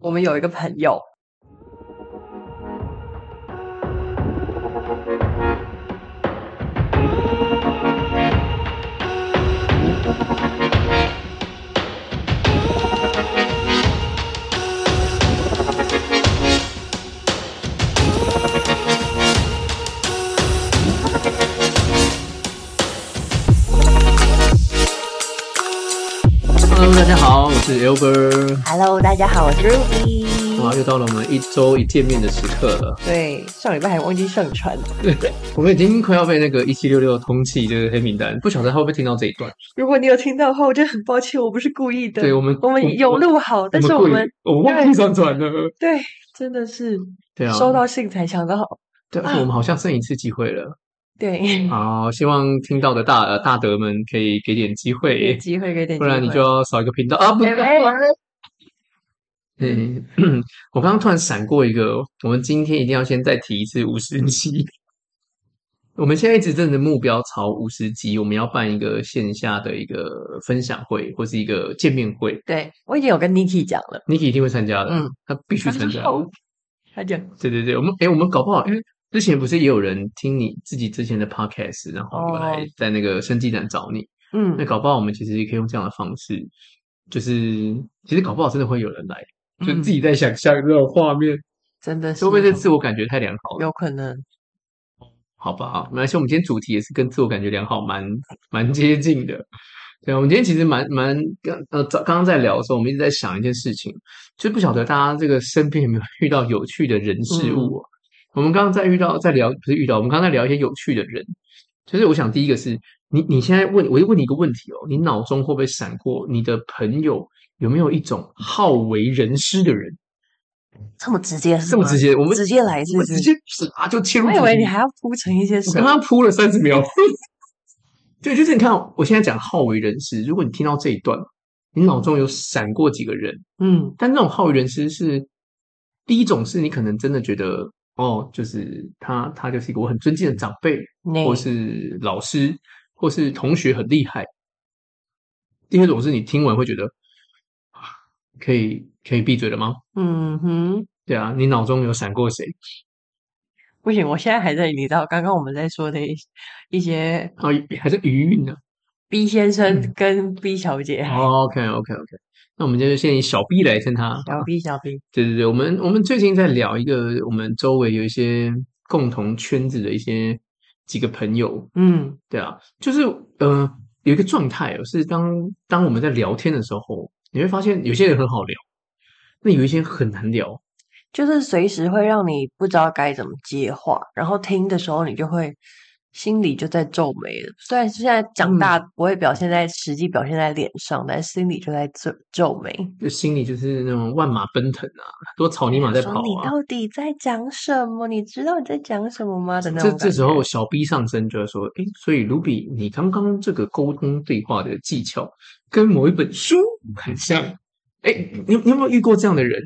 我们有一个朋友， Hello，大家好，我是 Albert。 Hello，大家好，我是 Ruby。哇，又到了我们一周一见面的时刻了。对，上礼拜还忘记上传，我们已经快要被那个一七六六通气，就是黑名单，不晓得他会不会听到这一段。如果你有听到的话，我真的很抱歉，我不是故意的。对我们，我们有录好，但是我我们故意我忘记上传了。对真的是对啊，收到啊信才想到。对，而且我们好像剩一次机会了。对，好，希望听到的大呃大德们可以给点机给 会，机会给点机会，不然你就要少一个频道啊！不，哎哎嗯， 我刚刚突然闪过一个，我们今天一定要先再提一次五嗯十集。 我们现在一直真的目标朝五十集，我们要办一个线下的一个分享会或是一个见面会 对我已经有跟 Niki 讲了， ，Niki 一定会参加的，嗯，他呃必须参加。好他讲对对对，我们诶，我们搞不好，因为之前不是也有人听你自己之前的 podcast，然后有来哦在那个生技展找你，那嗯，搞不好我们其实也可以用这样的方式，就是其实搞不好真的会有人来，就嗯自己在想象这种画面。真的是会不会是自我感觉太良好了？有可能，好吧，好没关系。我们今天主题也是跟自我感觉良好蛮蛮接近的。对，啊我们今天其实蛮蛮刚呃早刚刚在聊的时候，我们一直在想一件事情，就是不晓得大家这个身边有没有遇到有趣的人事嗯物、哦。我们刚刚在遇到在聊不是遇到，我们刚刚在聊一些有趣的人。就是我想第一个是你你现在问我就问你一个问题哦，你脑中会不会闪过你的朋友有没有一种好为人师的人？这么直接是吗，这么直接，我们直接来是我不们是？直接啊就切入我主以题。为你还要铺成一些我什刚么，刚铺了三十秒。 对，就是你看，我现在讲好为人师，如果你听到这一段，你脑中有闪过几个人，嗯，但这种好为人师是第一种，是你可能真的觉得哦，就是他他就是一个我很尊敬的长辈，那或是老师，或是同学很厉害。第二种是你听完会觉得，啊可以可以闭嘴了吗？嗯哼。对啊，你脑中有闪过谁？不行，我现在还在，你知道，刚刚我们在说的一一些啊，还是余韵呢？ B 先生嗯跟 B 小姐，哦，OK，OK，OK、o k OK OK，那我们就先以小 B 来称他。小 B 小 B，对对对，我们我们最近在聊一个我们周围有一些共同圈子的一些几个朋友，嗯对啊，就是呃有一个状态哦，是当当我们在聊天的时候，你会发现有些人很好聊，那有一些很难聊。就是随时会让你不知道该怎么接话，然后听的时候你就会心里就在皱眉了。虽然现在嗯长大不会表现在实际表现在脸上，但是心里就在皱皱眉。就心里就是那种万马奔腾啊，很多草泥马在哎说跑你啊。到底在讲什么？你知道你在讲什么吗？的那这种这时感觉候，小 B 上身就会说：“诶，所以卢比，你刚刚这个沟通对话的技巧跟某一本书很像。诶，哎你你有没有遇过这样的人？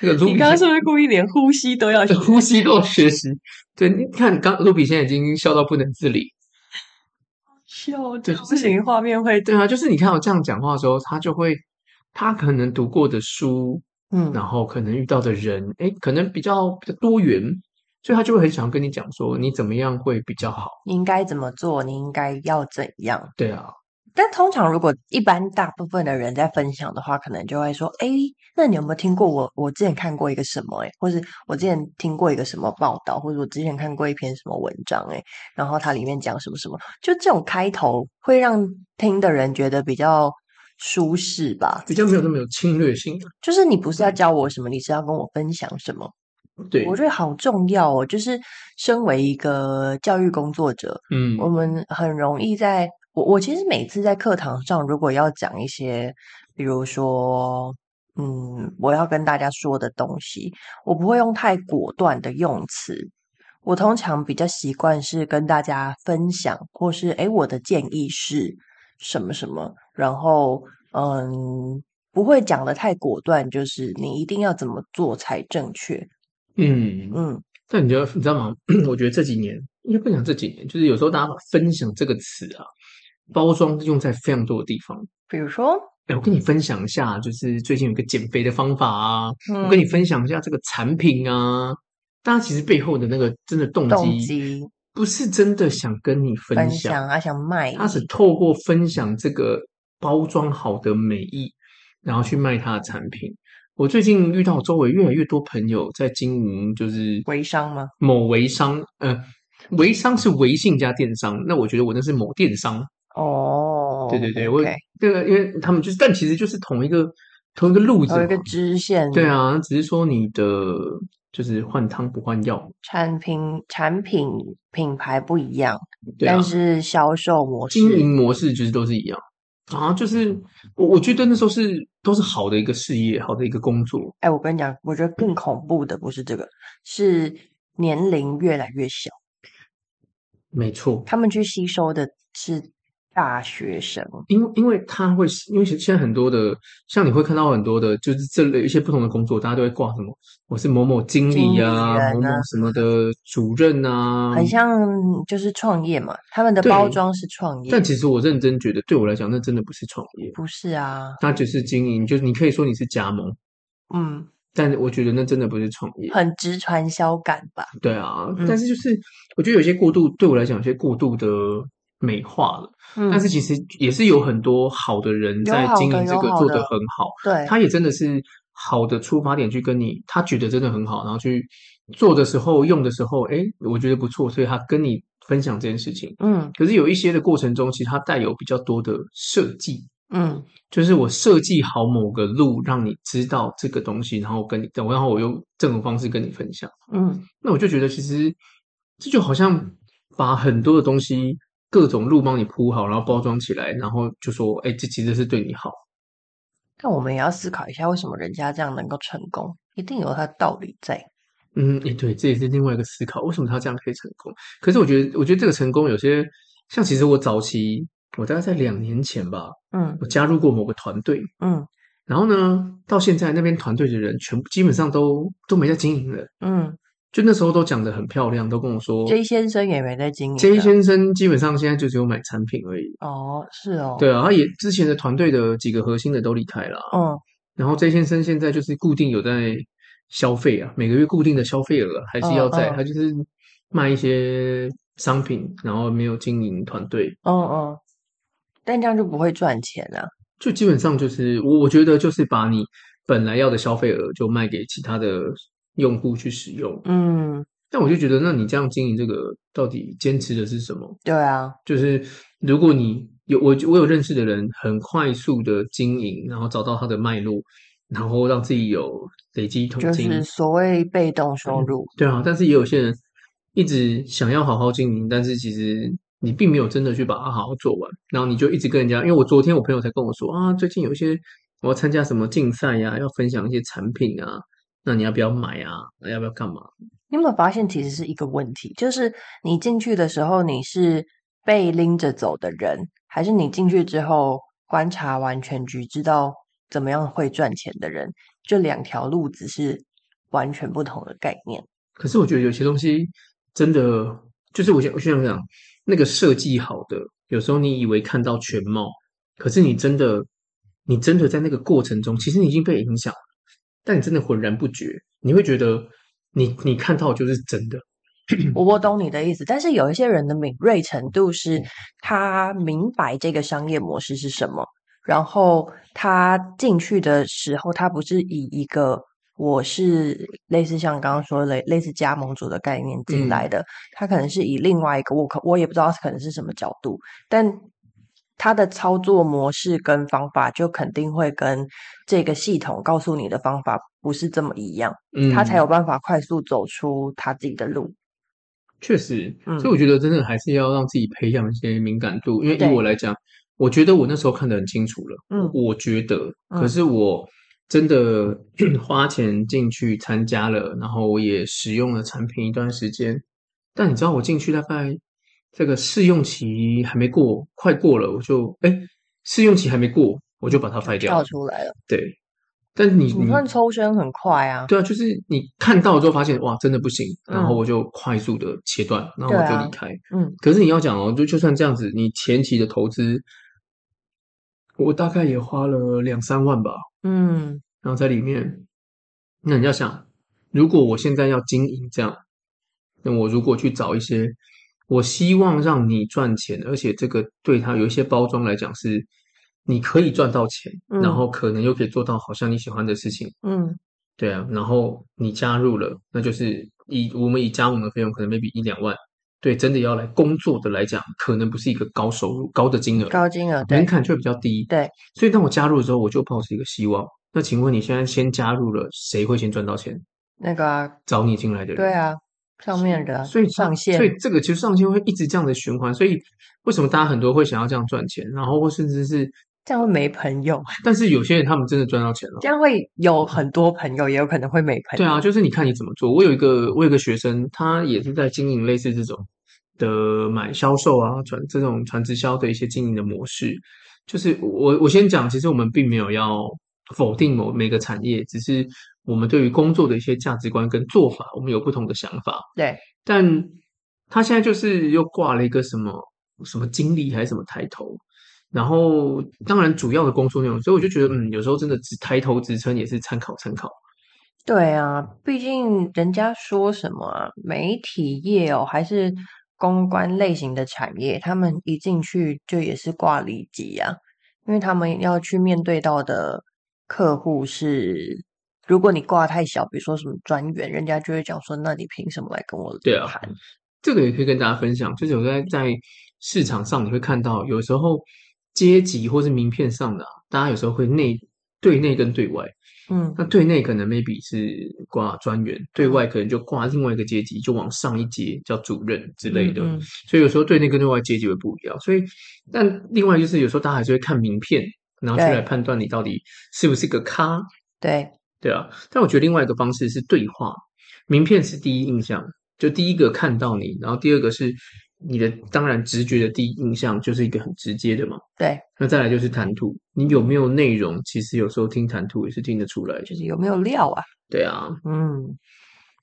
那个卢你比刚刚是不是故意连呼吸都要学？呼吸都要学习。对，你看刚卢比现在已经笑到不能自理。笑，对这就不是行，画面会对啊，就是你看我这样讲话的时候，他就会，他可能读过的书，嗯然后可能遇到的人，诶，可能比较比较多元，所以他就会很想跟你讲说你怎么样会比较好。你应该怎么做，你应该要怎样。对啊，但通常如果一般大部分的人在分享的话，可能就会说：“哎，那你有没有听过我？我之前看过一个什么？哎，或是我之前听过一个什么报道，或者我之前看过一篇什么文章？哎，然后它里面讲什么什么？就这种开头会让听的人觉得比较舒适吧。比较没有那么有侵略性。啊就是你不是要教我什么，你是要跟我分享什么？对，我觉得好重要哦。就是身为一个教育工作者，嗯我们很容易在我我其实每次在课堂上，如果要讲一些，比如说，嗯，我要跟大家说的东西，我不会用太果断的用词。我通常比较习惯是跟大家分享，或是诶我的建议是什么什么，然后嗯，不会讲的太果断，就是你一定要怎么做才正确。嗯，嗯，但你觉得你知道吗？ 我觉得这几年，应该不讲这几年，就是有时候大家把“分享”这个词啊，包装用在非常多的地方。比如说，哎，我跟你分享一下，就是最近有一个减肥的方法啊，嗯我跟你分享一下这个产品啊。大家其实背后的那个真的动动机，机不是真的想跟你分分享，享，他啊想卖你，他只透过分享这个包装好的美意，然后去卖他的产品。我最近遇到周围越来越多朋友在经营，就是微商吗？某微商，呃，微商是微信加电商，那我觉得我那是某电商。哦，对对对，我 OK 这个因为他们就是，但其实就是同一个同一个路子有一个嘛支线，对，啊，只是说你的就是换汤不换药。产品产品品牌不一样，对啊但，是销售模式经营模式就是都是一样啊，就是我我觉得那时候是都是好的一个事业，好的一个工作。哎，我跟你讲，我觉得更恐怖的不是这个，是年龄越来越小，没错，他们去吸收的是大学生，因为因为他会，因为现在很多的，像你会看到很多的，就是这类一些不同的工作，大家都会挂什么，我是某某经理啊，经理人啊某某什么的主任啊，很像就是创业嘛，他们的对包装是创业，但其实我认真觉得，对我来讲，那真的不是创业，不是啊，那就是经营，就是你可以说你是加盟，嗯，但我觉得那真的不是创业。很直传销感吧，对啊，嗯但是就是我觉得有些过度，对我来讲有些过度的美化了。嗯，但是其实也是有很多好的人在有好的经营这个有好做的得很好，对，他也真的是好的出发点去跟你，他觉得真的很好，然后去做的时候、用的时候，哎，我觉得不错，所以他跟你分享这件事情。嗯可是有一些的过程中，其实它带有比较多的设计，嗯，就是我设计好某个路，让你知道这个东西，然后跟你，然后我用这种方式跟你分享。嗯，那我就觉得其实这就好像把很多的东西各种路帮你铺好，然后包装起来，然后就说，哎，这其实是对你好。但我们也要思考一下，为什么人家这样能够成功，一定有它的道理在。嗯，诶，对，这也是另外一个思考，为什么他这样可以成功？可是我觉得，我觉得这个成功有些像，其实我早期，我大概在两年前吧，嗯我加入过某个团队，嗯然后呢，到现在那边团队的人全部基本上都都没在经营了，嗯，就那时候都讲得很漂亮，都跟我说， J 先生也没在经营啊， J 先生基本上现在就只有买产品而已。哦，是哦，对，啊，他也之前的团队的几个核心的都离开了啊，嗯，然后 J 先生现在就是固定有在消费啊，每个月固定的消费额啊还是要在，嗯嗯他就是卖一些商品，然后没有经营团队，嗯嗯，但这样就不会赚钱啊。就基本上就是我我觉得就是把你本来要的消费额就卖给其他的用户去使用，嗯，但我就觉得那你这样经营这个到底坚持的是什么？对啊，就是如果你有我我有认识的人，很快速的经营，然后找到他的脉络，然后让自己有累积统就金，是所谓被动收嗯入，对啊。但是也有些人一直想要好好经营，但是其实你并没有真的去把它好好做完，然后你就一直跟人家。因为我昨天我朋友才跟我说啊，最近有一些我要参加什么竞赛呀、要分享一些产品啊，那你要不要买啊？那要不要干嘛？你有没有发现，其实是一个问题，就是你进去的时候你是被拎着走的人，还是你进去之后观察完全局，知道怎么样会赚钱的人？这两条路子是完全不同的概念。可是我觉得有些东西真的就是我想，我想想，那个设计好的，有时候你以为看到全貌，可是你真的，你真的在那个过程中，其实你已经被影响了，但你真的浑然不觉，你会觉得你你看到的就是真的，我我懂你的意思，但是有一些人的敏锐程度是，他明白这个商业模式是什么，然后他进去的时候，他不是以一个我是类似像刚刚说的类类似加盟主的概念进来的，他可能是以另外一个我可我也不知道可能是什么角度，但他的操作模式跟方法就肯定会跟这个系统告诉你的方法不是这么一样，嗯，他才有办法快速走出他自己的路。确实，嗯所以我觉得真的还是要让自己培养一些敏感度，因为以对我来讲，我觉得我那时候看得很清楚了，嗯我觉得，嗯可是我真的 花钱进去参加了，然后我也使用了产品一段时间，但你知道我进去大概这个试用期还没过，快过了，我就哎，试用期还没过，我就把它跳废掉了，出来了。对，但你你你看抽身很快啊，对啊，就是你看到之后发现哇，真的不行，嗯啊然后我就快速的切断，然后我就离开。嗯，可是你要讲哦，就就算这样子，你前期的投资我大概也花了两三万吧，嗯然后在里面，那你要想，如果我现在要经营这样，那我如果去找一些，我希望让你赚钱，而且这个对他有一些包装来讲是，你可以赚到钱，嗯然后可能又可以做到好像你喜欢的事情，嗯对啊，然后你加入了，那就是以我们以加盟的费用可能 maybe 一两万，对，真的要来工作的来讲，可能不是一个高收入高的金额，高金额门对槛就会比较低。对，所以当我加入的时候，我就抱持一个希望。那请问你现在先加入了，谁会先赚到钱？那个啊找你进来的人。对啊，上面的啊所以它上线所以这个其实上线会一直这样的循环。所以为什么大家很多会想要这样赚钱，然后或甚至是，这样会没朋友，但是有些人他们真的赚到钱了。这样会有很多朋友，也有可能会没朋友。对啊，就是你看你怎么做。我有一个我有一个学生，他也是在经营类似这种的买销售啊，传这种传直销的一些经营的模式。就是我我先讲，其实我们并没有要否定某每个产业，只是我们对于工作的一些价值观跟做法，我们有不同的想法。对，但他现在就是又挂了一个什么什么经理还是什么抬头，然后当然主要的工作内容，所以我就觉得嗯，有时候真的只抬头职称也是参考参考。对啊，毕竟人家说什么啊媒体业哦，还是公关类型的产业，他们一进去就也是挂里脊啊，因为他们要去面对到的客户是，如果你挂太小，比如说什么专员，人家就会讲说，那你凭什么来跟我对啊谈？这个也可以跟大家分享，就是有在在市场上你会看到，有时候阶级或是名片上的啊、大家有时候会内对内跟对外。嗯那对内可能 maybe 是挂专员，对外可能就挂另外一个阶级，就往上一阶叫主任之类的。嗯嗯所以有时候对内跟对外阶级会不一样。所以，但另外就是有时候大家还是会看名片，然后去对来判断你到底是不是个咖，对，对啊。但我觉得另外一个方式是对话，名片是第一印象，就第一个看到你，然后第二个是你的，当然直觉的第一印象就是一个很直接的嘛。对，那再来就是谈吐，你有没有内容？其实有时候听谈吐也是听得出来的。就是有没有料啊？对啊，嗯，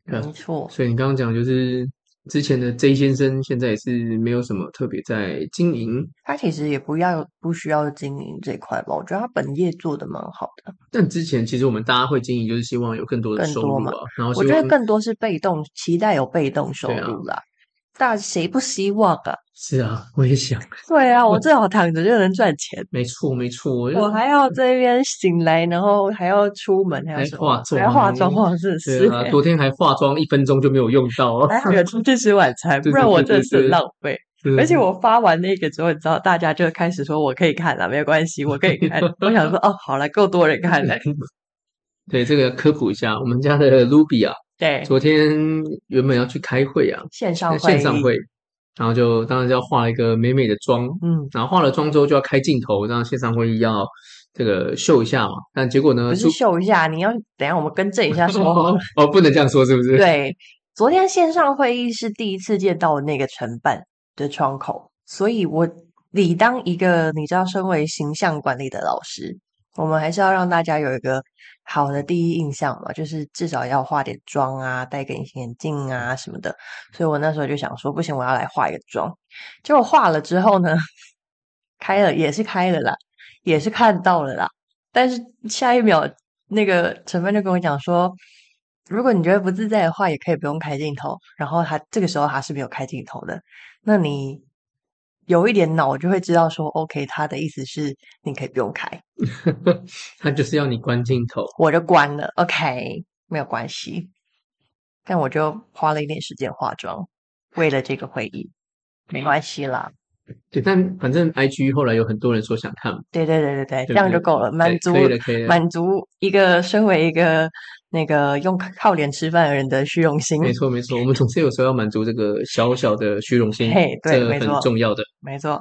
对啊没错，所以你刚刚讲就是之前的 J 先生，现在也是没有什么特别在经营，他其实也不要不需要经营这块吧，我觉得他本业做的蛮好的。但之前其实我们大家会经营，就是希望有更多的更收多入嘛啊，然后我希觉得望更多是被动，期待有被动收对啊入啦。但谁不希望啊？ 是啊，我也想，对啊，我嗯最好躺着就能赚钱，没错没错，我还要这边醒来，然后还要出门，还要嗯还什么化妆还要化妆，化是对是。哎啊，昨天还化妆一分钟就没有用到 哦，还好有出去吃晚餐，不对对然我对真的对是对浪费。 是而且我发完那个之后，你知道，大家就开始说我可以看了，没有关系，我可以看。我想说，哦，好了，够多人看 了。对这个科普一下，我们家的 Ruby 啊，对，昨天原本要去开会啊，线上哎会线上议，会，然后就当然就要化一个美美的妆，嗯，然后化了妆之后就要开镜头，让线上会议要这个秀一下嘛。但结果呢，不出是秀一下，你要等一下我们更正 一下说哦哦，不能这样说，是不是？，对，昨天线上会议是第一次见到那个承办的窗口，所以我理当一个你知道，身为形象管理的老师，我们还是要让大家有一个好的第一印象嘛，就是至少要化点妆啊，戴个隐形眼镜啊什么的。所以我那时候就想说，不行，我要来化一个妆。结果化了之后呢， 开了也是开了啦，也是看到了啦，但是下一秒，那个陈芬就跟我讲说，如果你觉得不自在的话，也可以不用开镜头。然后他这个时候他是没有开镜头的，那你有一点脑就会知道说，OK，他的意思是你可以不用开， 他就是要你关镜头。我就关了，OK，没有关系。但我就花了一点时间化妆，为了这个会议，没关系啦。对，但反正 IG 后来有很多人说想看嘛，对对对对对，这对不样就对够了，满对足可以了，可以了，满足一个身为一个那个用靠脸吃饭的人的虚荣心。没错没错。我们总是有时候要满足这个小小的虚荣心嘿，对这没错很重要的。没错，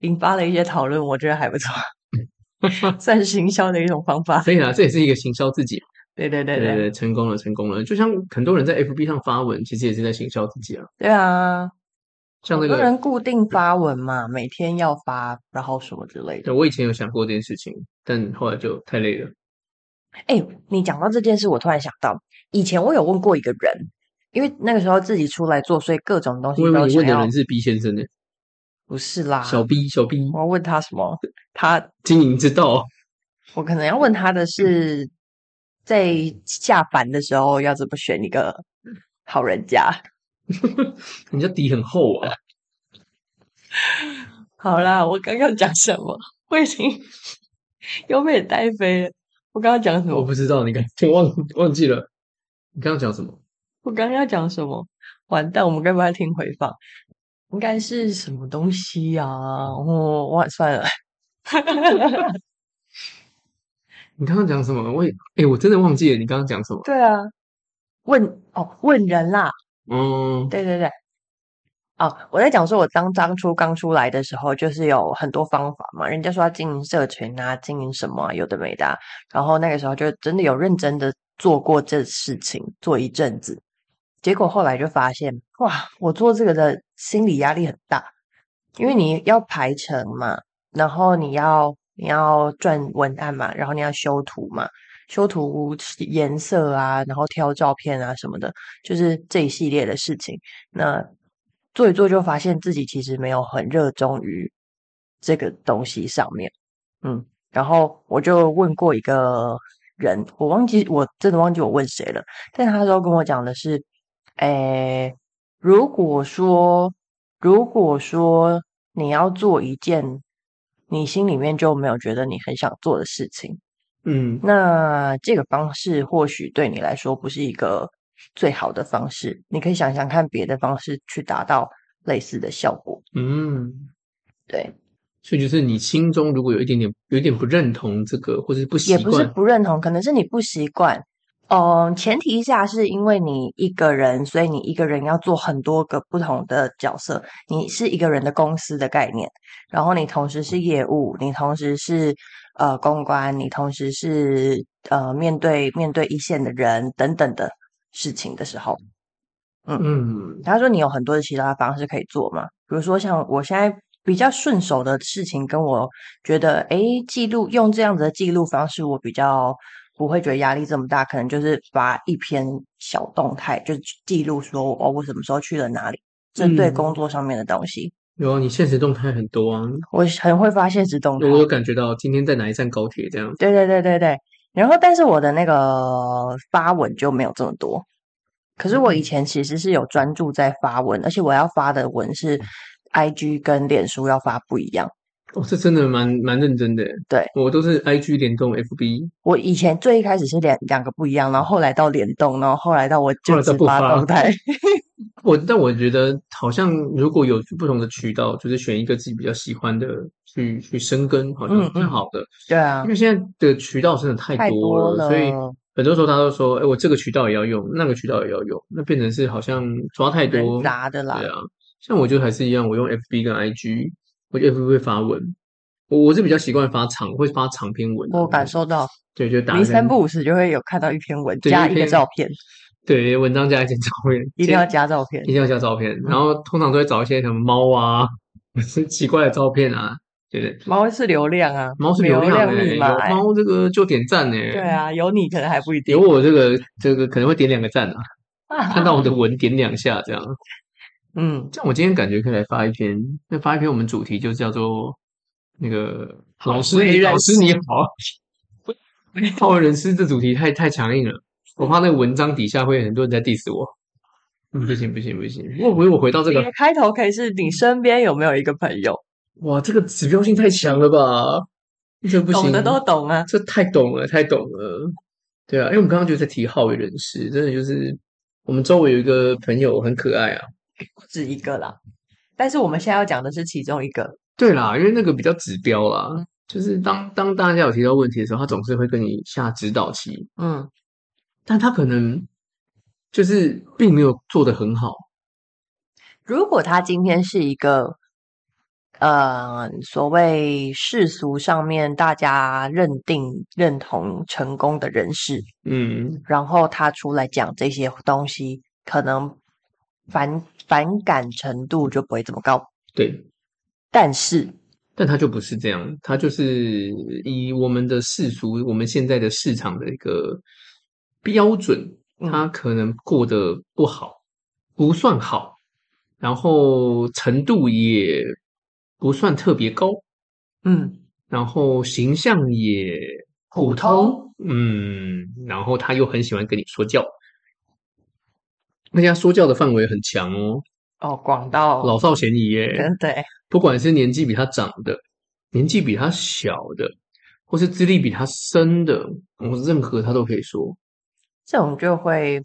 引发了一些讨论，我觉得还不错， 算是行销的一种方法。所以啊，这也是一个行销自己嘛。对对对对对，对，成功了，成功了。就像很多人在 FB 上发文，其实也是在行销自己啊。对啊，像那很多个，人固定发文嘛，每天要发，然后什么之类的。对我以前有想过这件事情，但后来就太累了。哎，你讲到这件事，我突然想到，以前我有问过一个人，因为那个时候自己出来做，所以各种东西啊我以为都你想问的要人是 B 先生呢。不是啦，小 B 小 B 我要问他什么？他经营之道，我可能要问他的是，在下凡的时候要怎么选一个好人家。你这底很厚啊。好啦，我刚刚讲什么？我已经又被你带飞了。我刚刚讲什我么？不知道，你看，全忘忘记了。你刚刚讲什么？我刚刚要讲什么？完蛋，我们该不该听回放？应该是什么东西呀、哦，忘算了。 你刚刚讲什么？我也，哎、我真的忘记了你刚刚讲什么。对啊，问哦，问人啦，嗯，对对对，啊，我在讲说，我当当初刚出来的时候，就是有很多方法嘛，人家说要经营社群啊，经营什么啊、有的没的啊、然后那个时候就真的有认真的做过这事情，做一阵子，结果后来就发现，哇，我做这个的心理压力很大，因为你要排程嘛，然后你要你要撰文案嘛，然后你要修图嘛。修图颜色啊，然后挑照片啊什么的，就是这一系列的事情。那做一做就发现自己其实没有很热衷于这个东西上面，嗯，然后我就问过一个人，我忘记我真的忘记我问谁了，但他那时候跟我讲的是，诶，如果说如果说你要做一件你心里面就没有觉得你很想做的事情。嗯，那这个方式或许对你来说不是一个最好的方式，你可以想想看别的方式去达到类似的效果。嗯，对，所以就是你心中如果有一点点、有一点不认同这个，或者是不习也不是惯，不认同，可能是你不习惯。嗯，前提下是因为你一个人，所以你一个人要做很多个不同的角色。你是一个人的公司的概念，然后你同时是业务，你同时是呃公关，你同时是呃面对面对一线的人等等的事情的时候，嗯他说你有很多的其他方式可以做嘛，比如说像我现在比较顺手的事情，跟我觉得诶记录用这样子的记录方式，我比较不会觉得压力这么大，可能就是发一篇小动态，就是记录说哦我什么时候去了哪里，针对嗯工作上面的东西，有啊，你现实动态很多啊，我很会发现实动态我。有感觉到今天在哪一站高铁这样。对对对对对。然后，但是我的那个发文就没有这么多。可是我以嗯前其实是有专注在发文，而且我要发的文嗯是 IG 跟脸书要发不一样。哦，这真的蛮蛮认真的。对，我都是 IG 联动 FB，我以前最一开始是两两个不一样，然后后来到联动，然后后来到我后就来只到不发发动态。 我但我觉得好像如果有不同的渠道，就是选一个自己比较喜欢的去去深耕，好像嗯挺嗯好的。对啊因，为现在的渠道真的太太多了，了。所以很多时候大家都说，哎，我这个渠道也要用，那个渠道也要用，那变成是好像抓太蛮多。杂的啦对。啊，像我就还是一样，我用 FB 跟 IG，我就 FB 会发文，我我是比较习惯发长，会发长篇文啊。我感受到，对，就打离一三篇不五时就会有看到一篇文，对加一一个篇照片，对，文章加一些照片， 一定要加照片一。定要加照片。然后通常都会找一些什么猫啊， 奇怪的照片啊，对不对？猫是流量啊，猫是流流量哎、密码欸、有猫这个就点赞 哎、对啊，有你可能还不一定有。我这个这个可能会点两个赞啊，看 到我的文点两下这样。嗯，像我今天感觉可以来发一篇，那发一篇我们主题就叫做那个老师为你人老师你好，好为人师这主题太太强硬了，我怕那个文章底下会很多人在 diss 我。嗯，不行不行不行，我我我回到这你个的开头可以是你身边有没有一个朋友 哇，这个指标性太强了吧？这不行，懂的都懂啊？这太懂了，太懂了。对啊，因为我们刚刚就在提好为人师，真的就是我们周围有一个朋友很可爱啊。不止一个啦。但是我们现在要讲的是其中一个，对啦，因为那个比较指标啦，就是当当大家有提到问题的时候，他总是会跟你下指导期，嗯，但他可能就是并没有做得很好。如果他今天是一个，呃，所谓世俗上面大家认定认同成功的人士，嗯，然后他出来讲这些东西，可能反反感程度就不会这么高。对，但是，但他就不是这样，他就是以我们的世俗、我们现在的市场的一个标准，嗯他可能过得不好，不算好，然后程度也不算特别高，嗯，然后形象也普通，嗯，然后他又很喜欢跟你说教，而且他说教的范围很强哦，哦，广到老少咸宜耶。 真的耶，不管是年纪比他长的、年纪比他小的，或是资历比他深的，我任何他都可以说。这种就会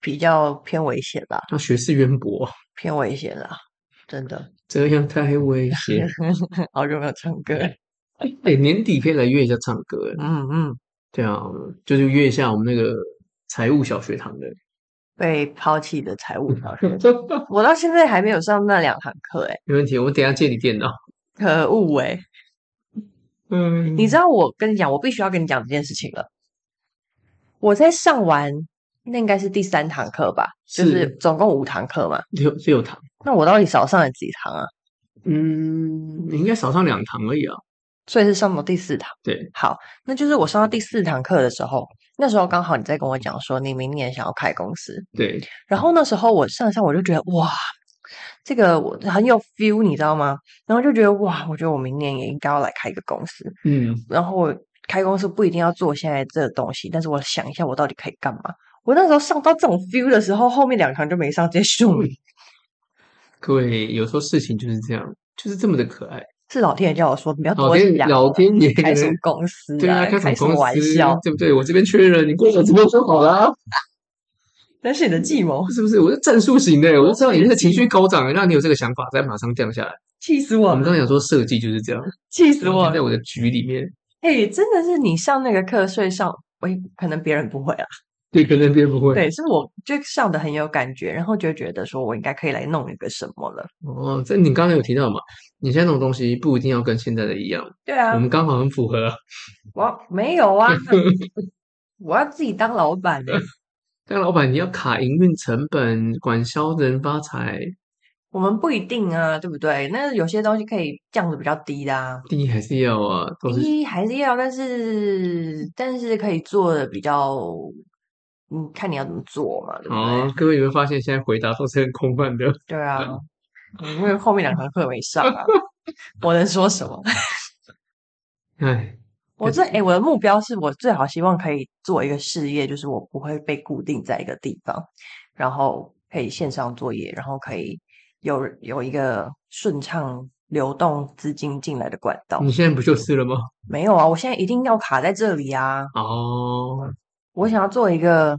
比较偏危险啦，他学识渊博，偏危险啦，真的。这样太危险。 好久没有唱歌了，哎，年底可以来约一下唱歌。欸嗯嗯，对啊，就是约一下我们那个财务小学堂的。被抛弃的财务 小 学，我到现在还没有上那两堂课，哎，没问题，我等一下借你电脑。可恶哎！嗯，你知道我跟你讲，我必须要跟你讲这件事情了。我在上完那应该是第三堂课吧，就是是总共五堂课嘛。六六堂，那我到底少上了几堂啊？嗯，你应该少上两堂而已啊。所以是上到第四堂。对，好，那就是我上到第四堂课的时候，那时候刚好你在跟我讲说你明年想要开公司，对，然后那时候我上一上我就觉得哇，这个我很有 feel，你知道吗？然后就觉得哇，我觉得我明年也应该要来开一个公司。嗯，然后我开公司不一定要做现在这个东西，但是我想一下我到底可以干嘛。我那时候上到这种 feel 的时候，后面两堂就没上，直接嗯输。各位，有时候事情就是这样，就是这么的可爱。是老天爷叫我说不要老多天，想啊，老天爷开什么公司、对啊，啊？开开什什么么公玩司，笑？对不对？我这边缺人，你过来这边就好啦，那是你的计谋，是不是？我是战术型的，我就知道你那个情绪高涨，让你有这个想法，再马上降下来。气死我我们刚了，才讲说设计就是这样，气死我完全在了！我的局里面，哎、真的是你上那个课，所以上我也可能别人不会啊。对，可能别人不会。对，是我就上的很有感觉，然后就觉得说我应该可以来弄一个什么了。哦，这你刚才有提到嘛？你现在那种东西不一定要跟现在的一样，对啊我，们刚好很符合啊。我没有啊， 我要自己当老板的、但老板，你要卡营运成本，管销人发财，我们不一定啊，对不对？那有些东西可以降的比较低的啊，第一还是要啊，都是低还是要，但是但是可以做的比较，嗯，看你要怎么做嘛，对不对？哦。各位有没有发现，现在回答都是很空泛的？ 对啊，因为后面两堂课没上啊，我能说什么？哎，我最诶、我的目标是我最好希望可以做一个事业，就是我不会被固定在一个地方，然后可以线上作业，然后可以有有一个顺畅流动资金进来的管道。你现在不就是了吗？没有啊，我现在一定要卡在这里啊！哦，我想要做一个，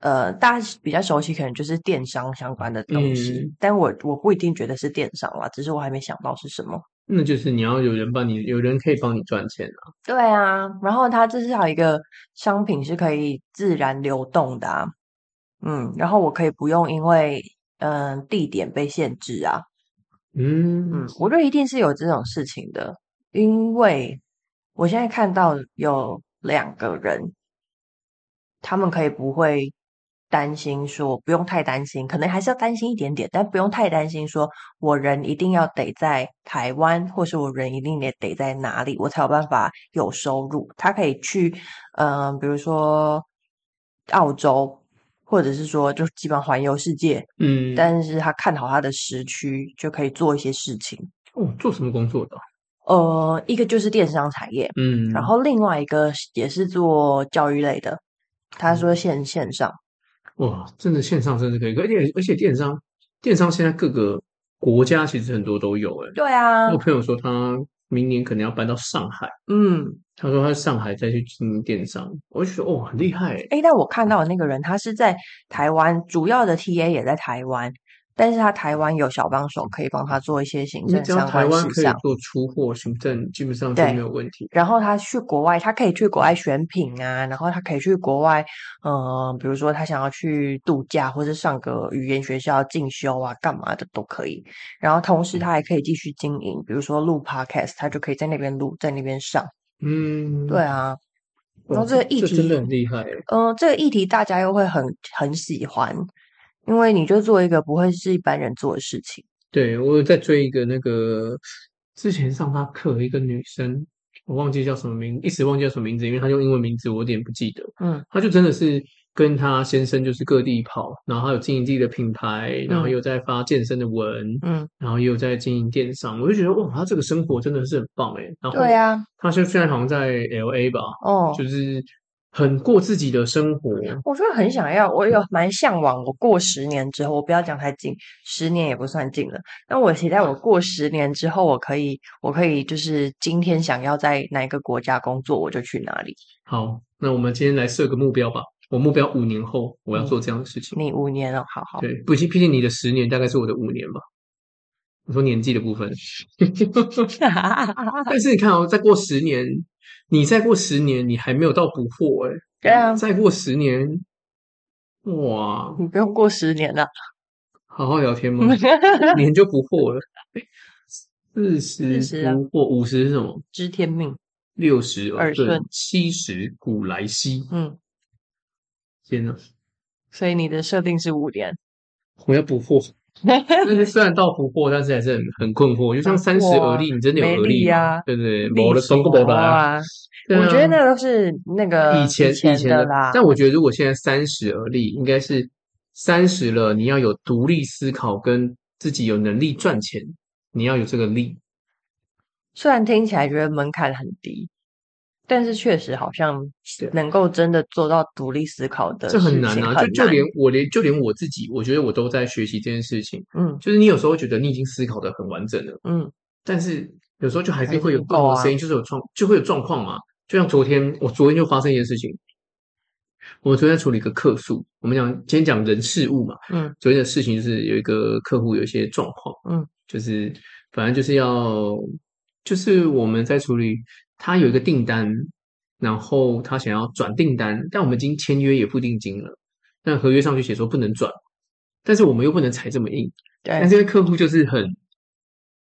呃，大家比较熟悉可能就是电商相关的东西，嗯但我我不一定觉得是电商啦，只是我还没想到是什么。那就是你要有人帮你，有人可以帮你赚钱啊。对啊，然后它至少一个商品是可以自然流动的啊，嗯，然后我可以不用因为嗯、地点被限制啊，嗯嗯，我觉得一定是有这种事情的，因为我现在看到有两个人，他们可以不会担心说，不用太担心，可能还是要担心一点点，但不用太担心说，我人一定要得在台湾，或是我人一定得得在哪里，我才有办法有收入。他可以去，嗯、比如说澳洲，或者是说就基本上环游世界，嗯，但是他看好他的时区，就可以做一些事情。哦，做什么工作的啊？呃，一个就是电商产业，嗯，然后另外一个是也是做教育类的。嗯他说线线上，哇，真的线上真的可以，而且而且电商，电商现在各个国家其实很多都有哎。对啊我，朋友说他明年可能要搬到上海，嗯，他说他在上海再去经营电商，我就觉得哦很厉害哎。诶，但我看到的那个人，他是在台湾，主要的 TA 也在台湾，但是他台湾有小帮手可以帮他做一些行你政只要相台关湾事可以项。做出货行政，基本上就对没有问题。然后他去国外，他可以去国外选品啊，然后他可以去国外，嗯、比如说他想要去度假，或是上个语言学校进修啊，干嘛的都可以。然后同时他还可以继续经营，比如说录 podcast，他就可以在那边录，在那边上。嗯，对，啊，哇然后这个议这真题的很厉害哎。嗯、这个议题大家又会很很喜欢，因为你就做一个不会是一般人做的事情。对，我有在追一个那个之前上他课一个女生，我忘记叫什么名，一时忘记叫什么名字，因为她用英文名字，我有点不记得。嗯她就真的是跟她先生就是各地跑，然后还有经营自己的品牌，然后嗯又在发健身的文，嗯，然后也有在经营电商，我就觉得哇，她这个生活真的是很棒诶。然后对啊，她现现在好像在 L A 吧，哦，就是很过自己的生活，我觉得很想要，我有蛮向往。我过十年之后，我不要讲太近，十年也不算近了。那我期待我过十年之后，我可以，我可以就是今天想要在哪一个国家工作，我就去哪里。好，那我们今天来设个目标吧。我目标五年后我嗯要做这样的事情。你五年哦，好好，对，不竟毕竟你的十年大概是我的五年吧。我说年纪 的部分，但是你看哦，再过十年，你再过十年，你还没有到捕获哎、对啊再过十年，哇，你不用过十年了，好好聊 天吗？五年就捕获了，四40十啊捕获，五十是什么？知天命。六十呃耳顺，七十古来稀。嗯，天哪，所以你的设定是五年。我要 捕获。但是虽然到不惑，但是还是很很困惑。就像三十而立，你真的有而立没力吗？啊对对，力没了，气松个没了啊。啊！对啊我觉得那都是那个以前以前的的啦但我觉得如果现在三十而立，应该是三十了，你要有独立思考，跟自己有能力赚钱，你要有这个力。虽然听起来觉得门槛很低，但是确实好像对能够真的做到独立思考的这很事难情啊！很就就难连我连就连我自己，我觉得我都在学习这件事情。嗯就是你有时候觉得你已经思考的很完整了，嗯但是有时候就还还是是会有不不同够的啊声音，就是有状就会有状况嘛。就像昨天，我昨天就发生一件事情。我昨天处理一个客诉，我们讲今天讲人事物嘛。嗯昨天的事情就是有一个客户有一些状况，嗯，就是反正就是要，就是我们在处理他有一个订单，然后他想要转订单，但我们已经签约也付定金了，但合约上去写说不能转，但是我们又不能踩这么硬，但对这些客户就是很，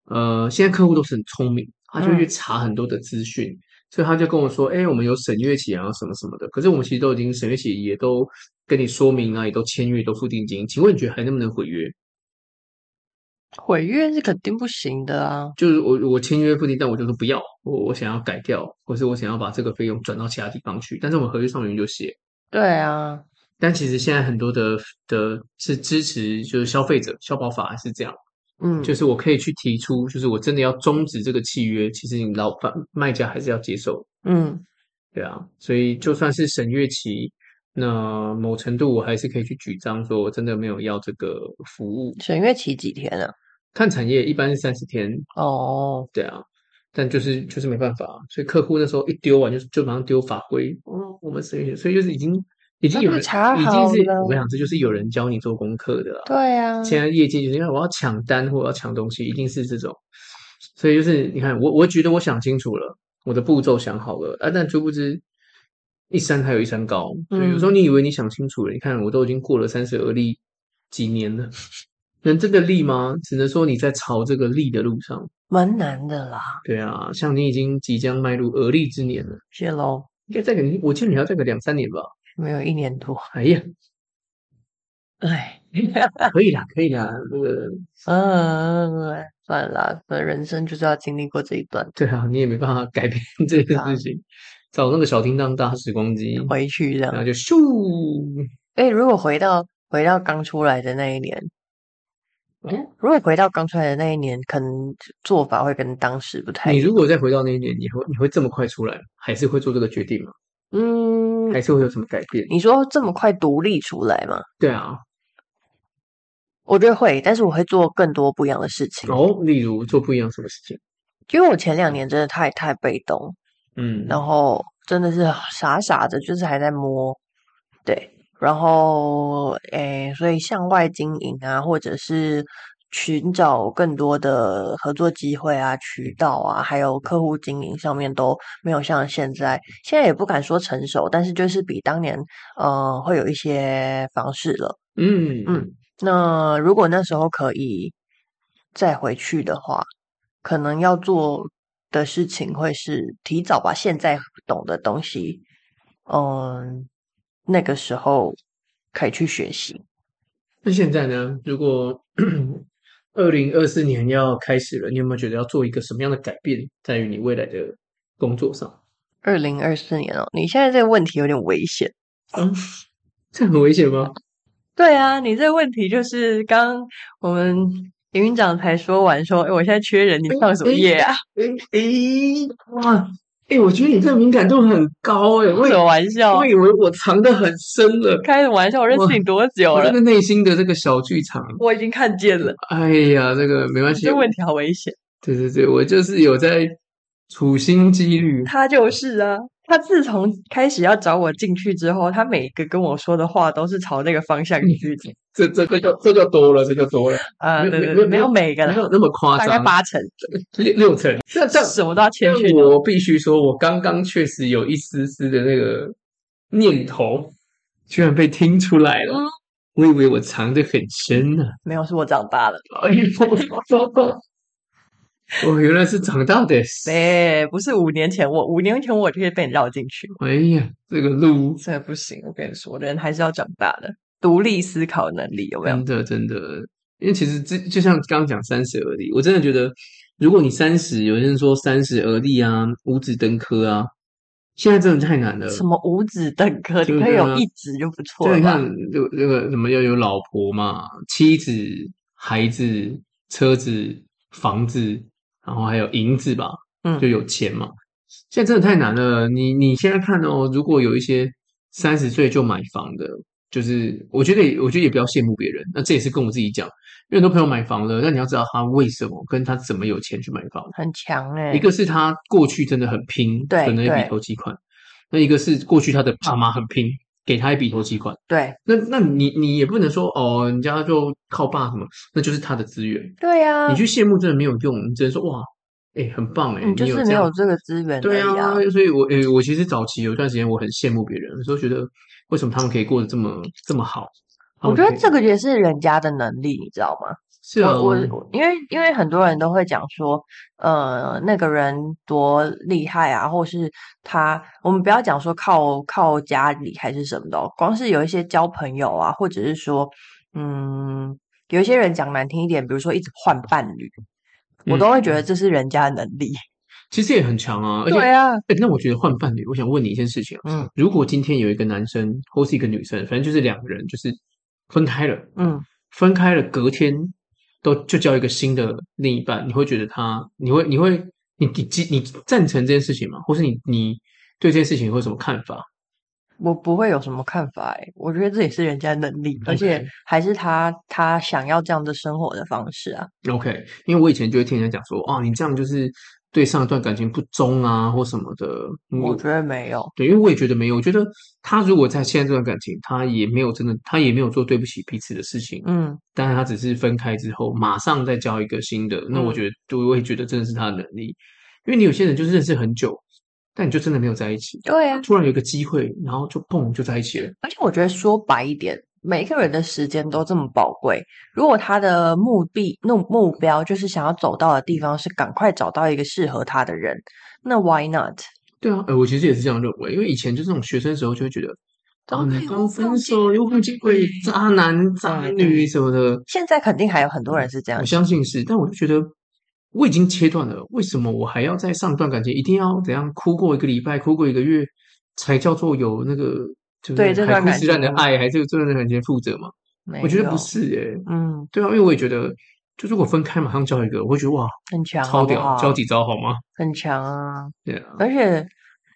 呃，现在客户都是很聪明，他就会去嗯查很多的资讯，所以他就跟我说，哎、我们有审阅期啊，什么什么的。可是我们其实都已经审阅期也都跟你说明啊，也都签约，都付定金。请问你觉得还能不能毁约？毁约是肯定不行的啊，就是我我签约付定，但我就说不要，我我想要改掉，或是我想要把这个费用转到其他地方去。但是我们合约上面就写，对啊，但其实现在很多的的是支持就是消费者消保法是这样。嗯，就是我可以去提出，就是我真的要终止这个契约，其实你老板卖家还是要接受，嗯对啊，所以就算是审阅期，那某程度我还是可以去主张说，我真的没有要这个服务。审阅期几天啊？看产业一般是三十天，哦，对啊，但就是就是没办法，所以客户那时候一丢完就就马上丢法规，嗯，我们审阅期，所以就是已经已经有那人就查已经好是了我跟你讲，这就是有人教你做功课的啦。对啊，现在业界就是因为我要抢单或我要抢东西，一定是这种。所以就是你看，我我觉得我想清楚了，我的步骤想好了啊，但殊不知一山还有一山高。对，有时候你以为你想清楚了，你看我都已经过了三十而立几年了，能真的立吗？只能说你在朝这个立的路上。蛮难的啦，对啊，像你已经即将迈入而立之年了，谢喽，应该再给你，我记得你要再个两三年吧。没有一年多，哎呀，哎，可以啦，可以啦，那个嗯，算了，反正人生就是要经历过这一段，对啊，你也没办法 改变这件啊事情。找那个小叮当搭时光机，回去这样然。后就咻，哎，如果回到回到刚出来的那一年，嗯如果回到刚出来的那一年，可能做法会跟当时不太你一样。如果再回到那一年，你会你会这么快出来，还是会做这个决定吗？嗯，还是会有什么改变？你说这么快独立出来吗？对啊，我觉得会，但是我会做更多不一样的事情，哦，例如做不一样什么事情，因为我前两年真的太太被动，嗯，然后真的是傻傻的，就是还在摸，对，然后诶，所以向外经营啊，或者是寻找更多的合作机会啊、渠道啊，还有客户经营上面都没有像现在，现在也不敢说成熟，但是就是比当年呃会有一些方式了。嗯嗯那如果那时候可以再回去的话，可能要做的事情会是提早把现在懂的东西，嗯，那个时候可以去学习。那现在呢？如果 二零二四年要开始了，你有没有觉得要做一个什么样的改变，在于你未来的工作上？二零二四年哦，你现在这个问题有点危险。嗯，这很危险吗？对啊，你这个问题就是刚我们营运长才说完说，哎，我现在缺人，你上什么页啊？诶诶，哇，诶，我觉得你这个敏感度很高诶，我开以什么玩笑我？以为我藏得很深了，开什么玩笑？我认识你多久我这了？个内心的这个小剧场。我已经看见了，哎呀，这个没关你系这，问题好危险。对对对，我就是有在处心积虑。他就是啊，他自从开始要找我进去之后，他每一个跟我说的话都是朝那个方向去的。这这这就这就多了，这就多了，啊，嗯没有对对没对，有没有每个没啦，有那么夸大概张，八成，六六成。那但什么都要谦但虚。我必须说，我刚刚确实有一丝丝的那个念头，居然被听出来了。嗯我以为我藏得很深呢、没有，是我长大了。哎呦， 我原来是长大的。哎，不是五年前我，五年前我就可以被你绕进去，哎呀，这个路这不行。我跟你说，人还是要长大的，独立思考能力有没有？真的真的，因为其实这就像刚刚讲三十而立，我真的觉得，如果你三十，有人说三十而立啊，五子登科啊，现在真的太难了。什么五子登科，就你是可以啊有一子就不错对，了你吧看？，就那个什么要有老婆嘛，妻子、孩子、车子、房子，然后还有银子吧，嗯就有钱嘛。现在真的太难了，你你现在看哦，如果有一些三十岁就买房的，就是我觉得也我觉得也不要羡慕别人，那这也是跟我自己讲，因为很多朋友买房了，那你要知道他为什么跟他怎么有钱去买房，很强哎、一个是他过去真的很拼，对存了一对笔投机款；那一个是过去他的爸妈很拼，给他一笔投机款。对那那你你也不能说哦，人家就靠爸什么，那就是他的资源。对呀、你去羡慕真的没有用，你只能说哇，哎、很棒哎、你嗯就有是这没样有这个资源而对已啊啊，所以我诶、我其实早期有一段时间我很羡慕别人，有时候觉得为什么他们可以过得这么这么好？他我们觉可得以这个也是人家的能力，你知道吗？是啊，我我我因为因为很多人都会讲说，呃，那个人多厉害啊，或是他，我们不要讲说靠靠家里还是什么的哦，光是有一些交朋友啊，或者是说，嗯，有一些人讲难听一点，比如说一直换伴侣，嗯我都会觉得这是人家的能力。其实也很强啊，而且对啊，诶那我觉得换伴侣，我想问你一件事情啊，嗯如果今天有一个男生或是一个女生，反正就是两个人就是分开了，嗯，分开了，隔天都就交一个新的另一半，你会觉得他，你会你会你你你赞成这件事情吗？或是你你对这件事情会有什么看法？我不会有什么看法、欸，我觉得这也是人家的能力，而且嗯 OK 还是他他想要这样的生活的方式啊。 OK，因为我以前就会听人家讲说，哦，你这样就是对上一段感情不忠啊，或什么的。嗯我觉得没有，对，因为我也觉得没有，我觉得他如果在现在这段感情，他也没有真的，他也没有做对不起彼此的事情，嗯，但是他只是分开之后马上再交一个新的，那我嗯觉得，对我也觉得真的是他的能力，因为你有些人就是认识很久，但你就真的没有在一起，对啊，突然有一个机会，然后就砰就在一起了，而且我觉得说白一点，每一个人的时间都这么宝贵，如果他的目的目目标就是想要走到的地方是赶快找到一个适合他的人，那 why not？对啊，呃，我其实也是这样认为，因为以前就是那种学生时候就会觉得，都啊，会你有刚这种分手又碰见鬼渣男渣嗯女什么的，现在肯定还有很多人是这样我想，相信是，但我就觉得我已经切断了，为什么我还要在上段感情一定要怎样哭过一个礼拜、哭过一个月，才叫做有那个就对是这海段枯感石烂的情爱，还是有这段感情负责嘛？我觉得没有不，是耶、嗯，对啊，因为我也觉得，就如果分开马上交一个，我会觉得哇，很强好超不屌，好，交几招好吗？很强啊，对啊，而且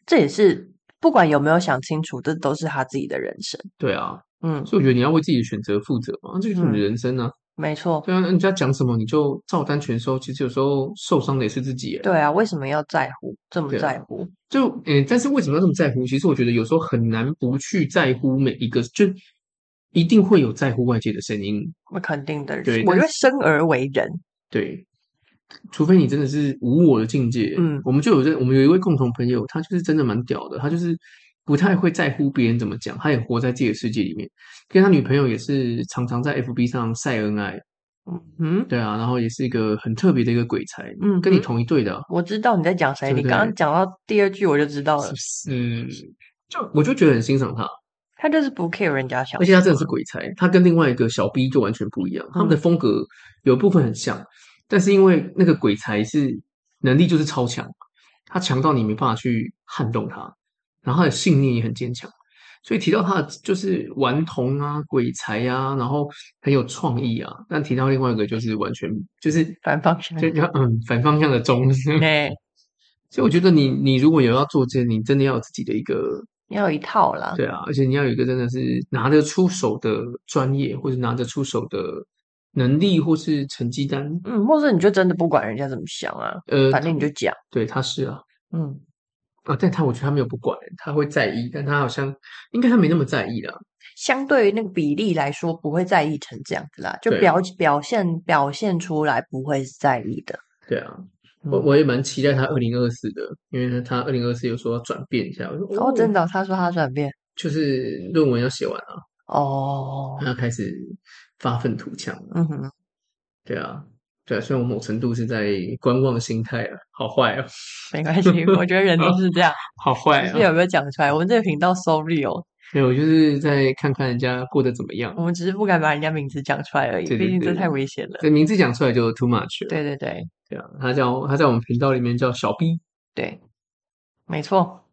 这也是不管有没有想清楚，这都是他自己的人生，对啊，嗯，所以我觉得你要为自己的选择负责嘛，这就是你的嗯人生啊。没错，对啊，人家讲什么你就照单全收，其实有时候受伤的也是自己耶。对啊，为什么要在乎这么对啊在乎？就嗯，但是为什么要这么在乎？其实我觉得有时候很难不去在乎每一个，就一定会有在乎外界的声音，那肯定的，对我但觉得生而为人，对。除非你真的是无我的境界，嗯我们就有这，我们有一位共同朋友，他就是真的蛮屌的，他就是不太会在乎别人怎么讲，他也活在自己的世界里面。跟他女朋友也是常常在 FB 上晒恩爱，嗯，对啊，然后也是一个很特别的一个鬼才，嗯跟你哼同一队的啊、我知道你在讲谁，对不你刚对刚讲到第二句我就知道了，是不是？就我就觉得很欣赏他，他就是不 care 人家想而，且他真的是鬼才，他跟另外一个小 B 就完全不一样，他们嗯的风格有部分很像，但是因为那个鬼才是能力就是超强，他强到你没办法去撼动他，然后他的信念也很坚强，所以提到他的就是顽童啊、鬼才呀、啊，然后很有创意啊。但提到另外一个就是完全就是反方向就就嗯反方向的中。 哎，所以我觉得你你如果有要做这，你真的要有自己的一个要有一套啦。对啊，而且你要有一个真的是拿得出手的专业，或者拿得出手的能力，或是成绩单。嗯，或者你就真的不管人家怎么想啊，呃，反正你就讲。对他是啊嗯，啊，但他我觉得他没有不管，他会在意，但他好像应该他没那么在意啦。相对于那个比例来说，不会在意成这样子啦，就对表表现表现出来不会在意的。对啊，我嗯我也蛮期待他二零二四的，因为呢，他二零二四有说要转变一下，我说哦，真的的哦、他说他转变就是论文要写完了，哦，他要开始发愤图强了。嗯哼，对啊，对啊，虽然我某程度是在观望心态啊，好坏啊，没关系，我觉得人都是这 样，好坏只啊是，有没有讲出来。我们这个频道 so real，没有，我就是在看看人家过得怎么样。我们只是不敢把人家名字讲出来而已，对对毕竟这对太危险了。这名字讲出来就 too much 了。对对对对啊，他叫他在我们频道里面叫小 B。对，没错，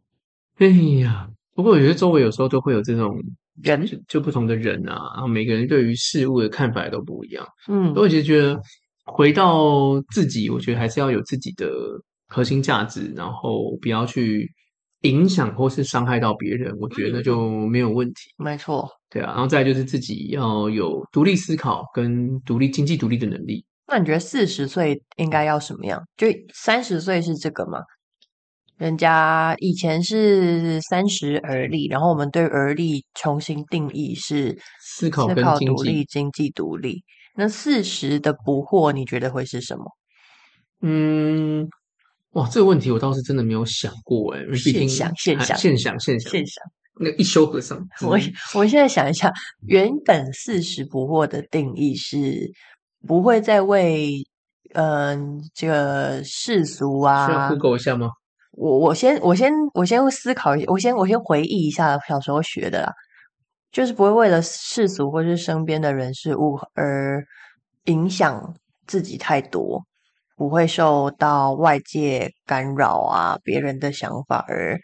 哎呀，不过我觉得周围有时候都会有这种人，就就不同的人啊，然后每个人对于事物的看法也都不一样。嗯所以我就觉得回到自己，我觉得还是要有自己的核心价值，然后不要去影响或是伤害到别人，我觉得就没有问题。没错。对啊，然后再来就是自己要有独立思考跟独立经济独立的能力。那你觉得四十岁应该要什么样？就三十岁是这个吗？人家以前是三十而立，然后我们对而立重新定义是思考思跟考经独济立、经济独立。那四十的不惑，你觉得会是什么？嗯，哇，这个问题我倒是真的没有想过哎，因为现毕竟想现还想现想现想现象，那一休和尚， 我嗯我现在想一下，原本四十不惑的定义是不会再为嗯、这个世俗啊需要 Google 一下吗？我我先我先我先思考一下，我先我先回忆一下小时候学的啦，就是不会为了世俗或是身边的人事物而影响自己太多，不会受到外界干扰啊，别人的想法而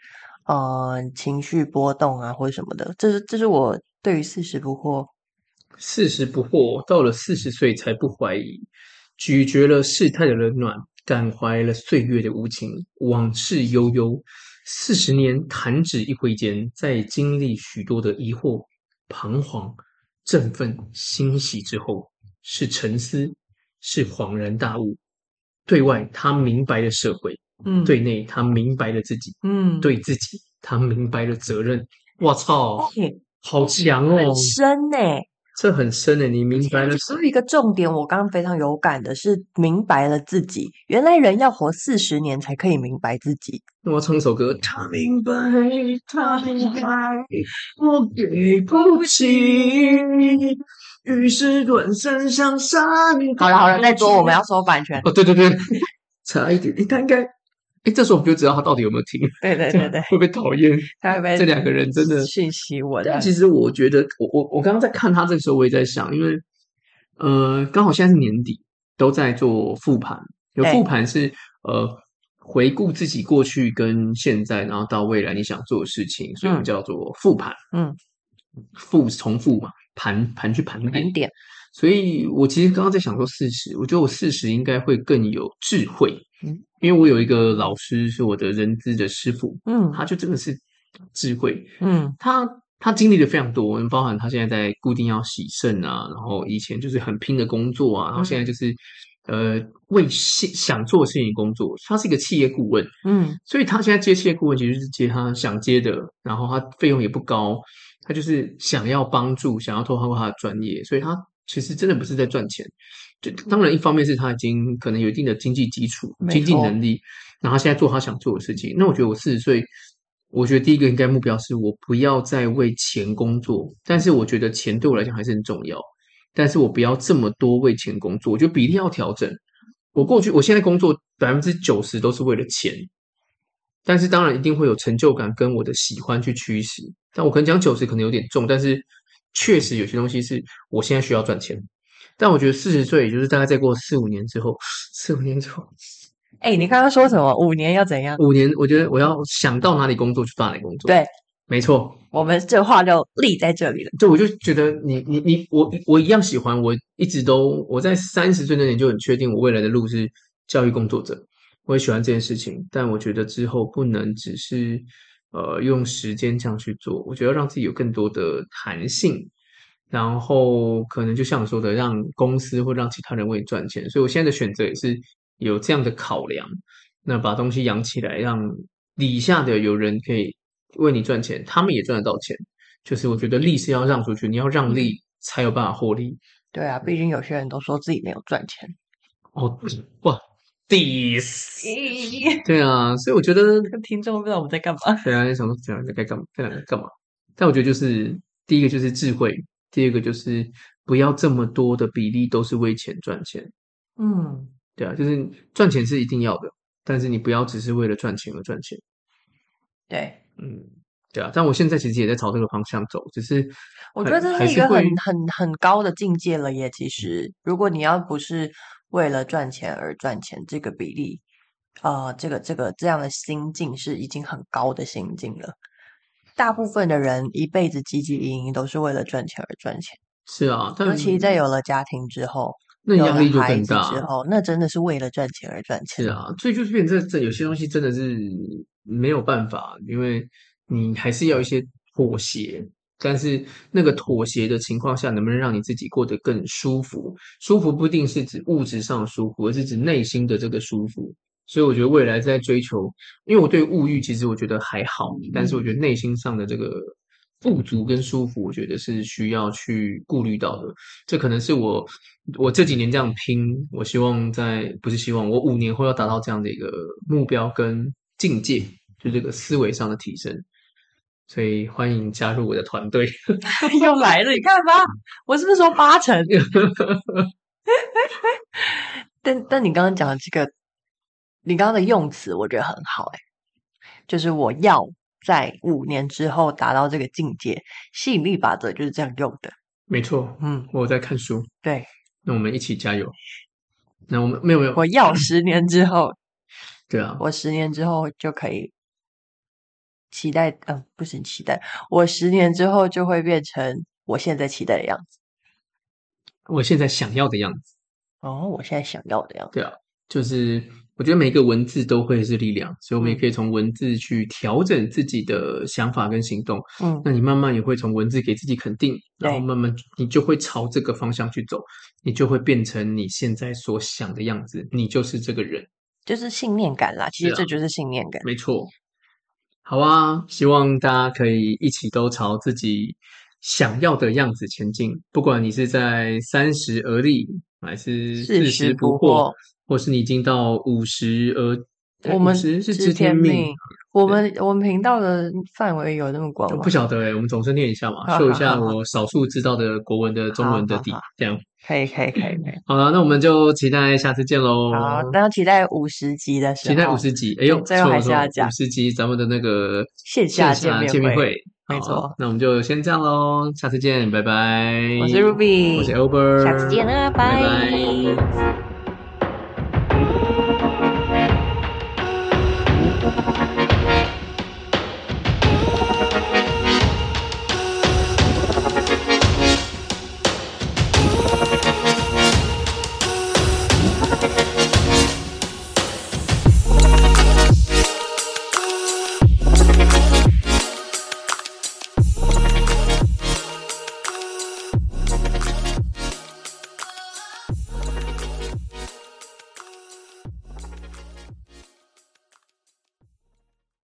嗯、呃情绪波动啊或者什么的，这是这是我对于四十不惑四十不惑，到了四十岁才不怀疑，咀嚼了世态的冷暖，感怀了岁月的无情，往事悠悠。四十年弹指一挥间，在经历许多的疑惑、彷徨、振奋、欣喜之后，是沉思，是恍然大悟。对外，他明白了社会；嗯对内，他明白了自己；嗯对自己，他明白了责任。我操，哎好强哦！深欸呢、这很深的，你明白了还有一个重点，我刚刚非常有感的是，明白了自己，原来人要活四十年才可以明白自己。那我要唱一首歌。他明白，他明白，我给不起，于是转身向山。好了好了，再说我们要收版权。哦，对对对， 差一点，诶他应该，哎，这时候我们就知道他到底有没有听，对对对对，会不会讨厌？他会被 这两个人真的讯息啊我的但，其实我觉得，我我我刚刚在看他这个时候，我也在想，因为呃，刚好现在是年底，都在做复盘。有对复盘是呃回顾自己过去跟现在，然后到未来你想做的事情，所以我嗯们叫做复盘。嗯，复重复嘛，盘盘去盘点零。点，所以我其实刚刚在想说四十，我觉得我四十应该会更有智慧。嗯，因为我有一个老师是我的人资的师傅，嗯他就真的是智慧。嗯他他经历的非常多，包含他现在在固定要洗肾啊，然后以前就是很拼的工作啊，然后嗯现在就是、呃为现想做的事情工作。他是一个企业顾问，嗯所以他现在接企业顾问其实是接他想接的，然后他费用也不高，他就是想要帮助，想要透过他的专业，所以他其实真的不是在赚钱。就当然，一方面是他已经可能有一定的经济基础、嗯没错经济能力，然后他现在做他想做的事情。那我觉得我四十岁，我觉得第一个应该目标是我不要再为钱工作，但是我觉得钱对我来讲还是很重要，但是我不要这么多为钱工作，我觉得比例要调整。我过去，我现在工作百分之九十都是为了钱，但是当然一定会有成就感跟我的喜欢去驱使。但我可能讲九十可能有点重，但是确实有些东西是我现在需要赚钱。但我觉得四十岁，也就是大概再过四五年之后，四五年之后，哎、你刚刚说什么？五年要怎样？五年，我觉得我要想到哪里工作就到哪里工作。对，没错，我们这话就立在这里了。对，我就觉得你你你我我一样喜欢，我一直都我在三十岁那年就很确定我未来的路是教育工作者，我也喜欢这件事情，但我觉得之后不能只是呃用时间这样去做，我觉得要让自己有更多的弹性，然后可能就像我说的，让公司或让其他人为你赚钱，所以我现在的选择也是有这样的考量，那把东西养起来，让底下的有人可以为你赚钱，他们也赚得到钱。就是我觉得利是要让出去，你要让利才有办法获利。对啊，毕竟有些人都说自己没有赚钱。哦，哇，dis，对啊，所以我觉得，听众不知道我们在干嘛。对啊，你想说这两个该干嘛？这两个干嘛？但我觉得就是第一个就是智慧，第二个就是不要这么多的比例都是为钱赚钱。嗯，对啊，就是赚钱是一定要的，但是你不要只是为了赚钱而赚钱。对，嗯，对啊，但我现在其实也在朝这个方向走，只是我觉得这还是一个会很很很高的境界了耶。其实，如果你要不是为了赚钱而赚钱，这个比例，呃，这个这个这样的心境是已经很高的心境了。大部分的人一辈子汲汲营营都是为了赚钱而赚钱，是啊，但尤其在有了家庭之后，那有压了力就孩更子大之后，那真的是为了赚钱而赚钱。是啊，所以就是变成这这有些东西真的是没有办法，因为你还是要一些妥协，但是那个妥协的情况下，能不能让你自己过得更舒服？舒服不一定是指物质上的舒服，而是指内心的这个舒服。所以我觉得未来在追求，因为我对物欲其实我觉得还好，但是我觉得内心上的这个富足跟舒服，我觉得是需要去顾虑到的。这可能是我我这几年这样拼，我希望在不是希望，我五年后要达到这样的一个目标跟境界，就这个思维上的提升。所以欢迎加入我的团队。 又来了，你看吧，我是不是说八成？ 但但你刚刚讲的这个，你刚刚的用词我觉得很好、欸，就是我要在五年之后达到这个境界，吸引力法则就是这样用的。没错，嗯，我有在看书，对，那我们一起加油。那我们没有没有，我要十年之后， 对啊，我十年之后就可以期待，嗯、不行，期待，我十年之后就会变成我现在期待的样子。我现在想要的样子，哦，我现在想要的样子。就是我觉得每一个文字都会是力量，所以我们也嗯可以从文字去调整自己的想法跟行动。嗯，那你慢慢也会从文字给自己肯定，然后对慢慢你就会朝这个方向去走，你就会变成你现在所想的样子，你就是这个人，就是信念感啦，其是实啊这就是信念感。没错。好啊，希望大家可以一起都朝自己想要的样子前进，不管你是在三十而立，还是四十十不惑惑，或是你已经到五十而我们嗯是是知知天天命。。我们我们频道的范围有那么广我吗不？晓得哎、我们总是念一下嘛，好秀一好下好好我少数知道的国文的、中文的好底好好，这样。可以可以可以 可以。好了，那我们就期待下次见喽。好，那要期待五十集的时候，嗯期待五十集。哎呦，对最后还是要讲五十集咱们的那个线下线见下面见面会会。没好错，那我们就先这样喽，下次见，拜拜。我是 Ruby，我是 Albert，下次见啦，拜拜拜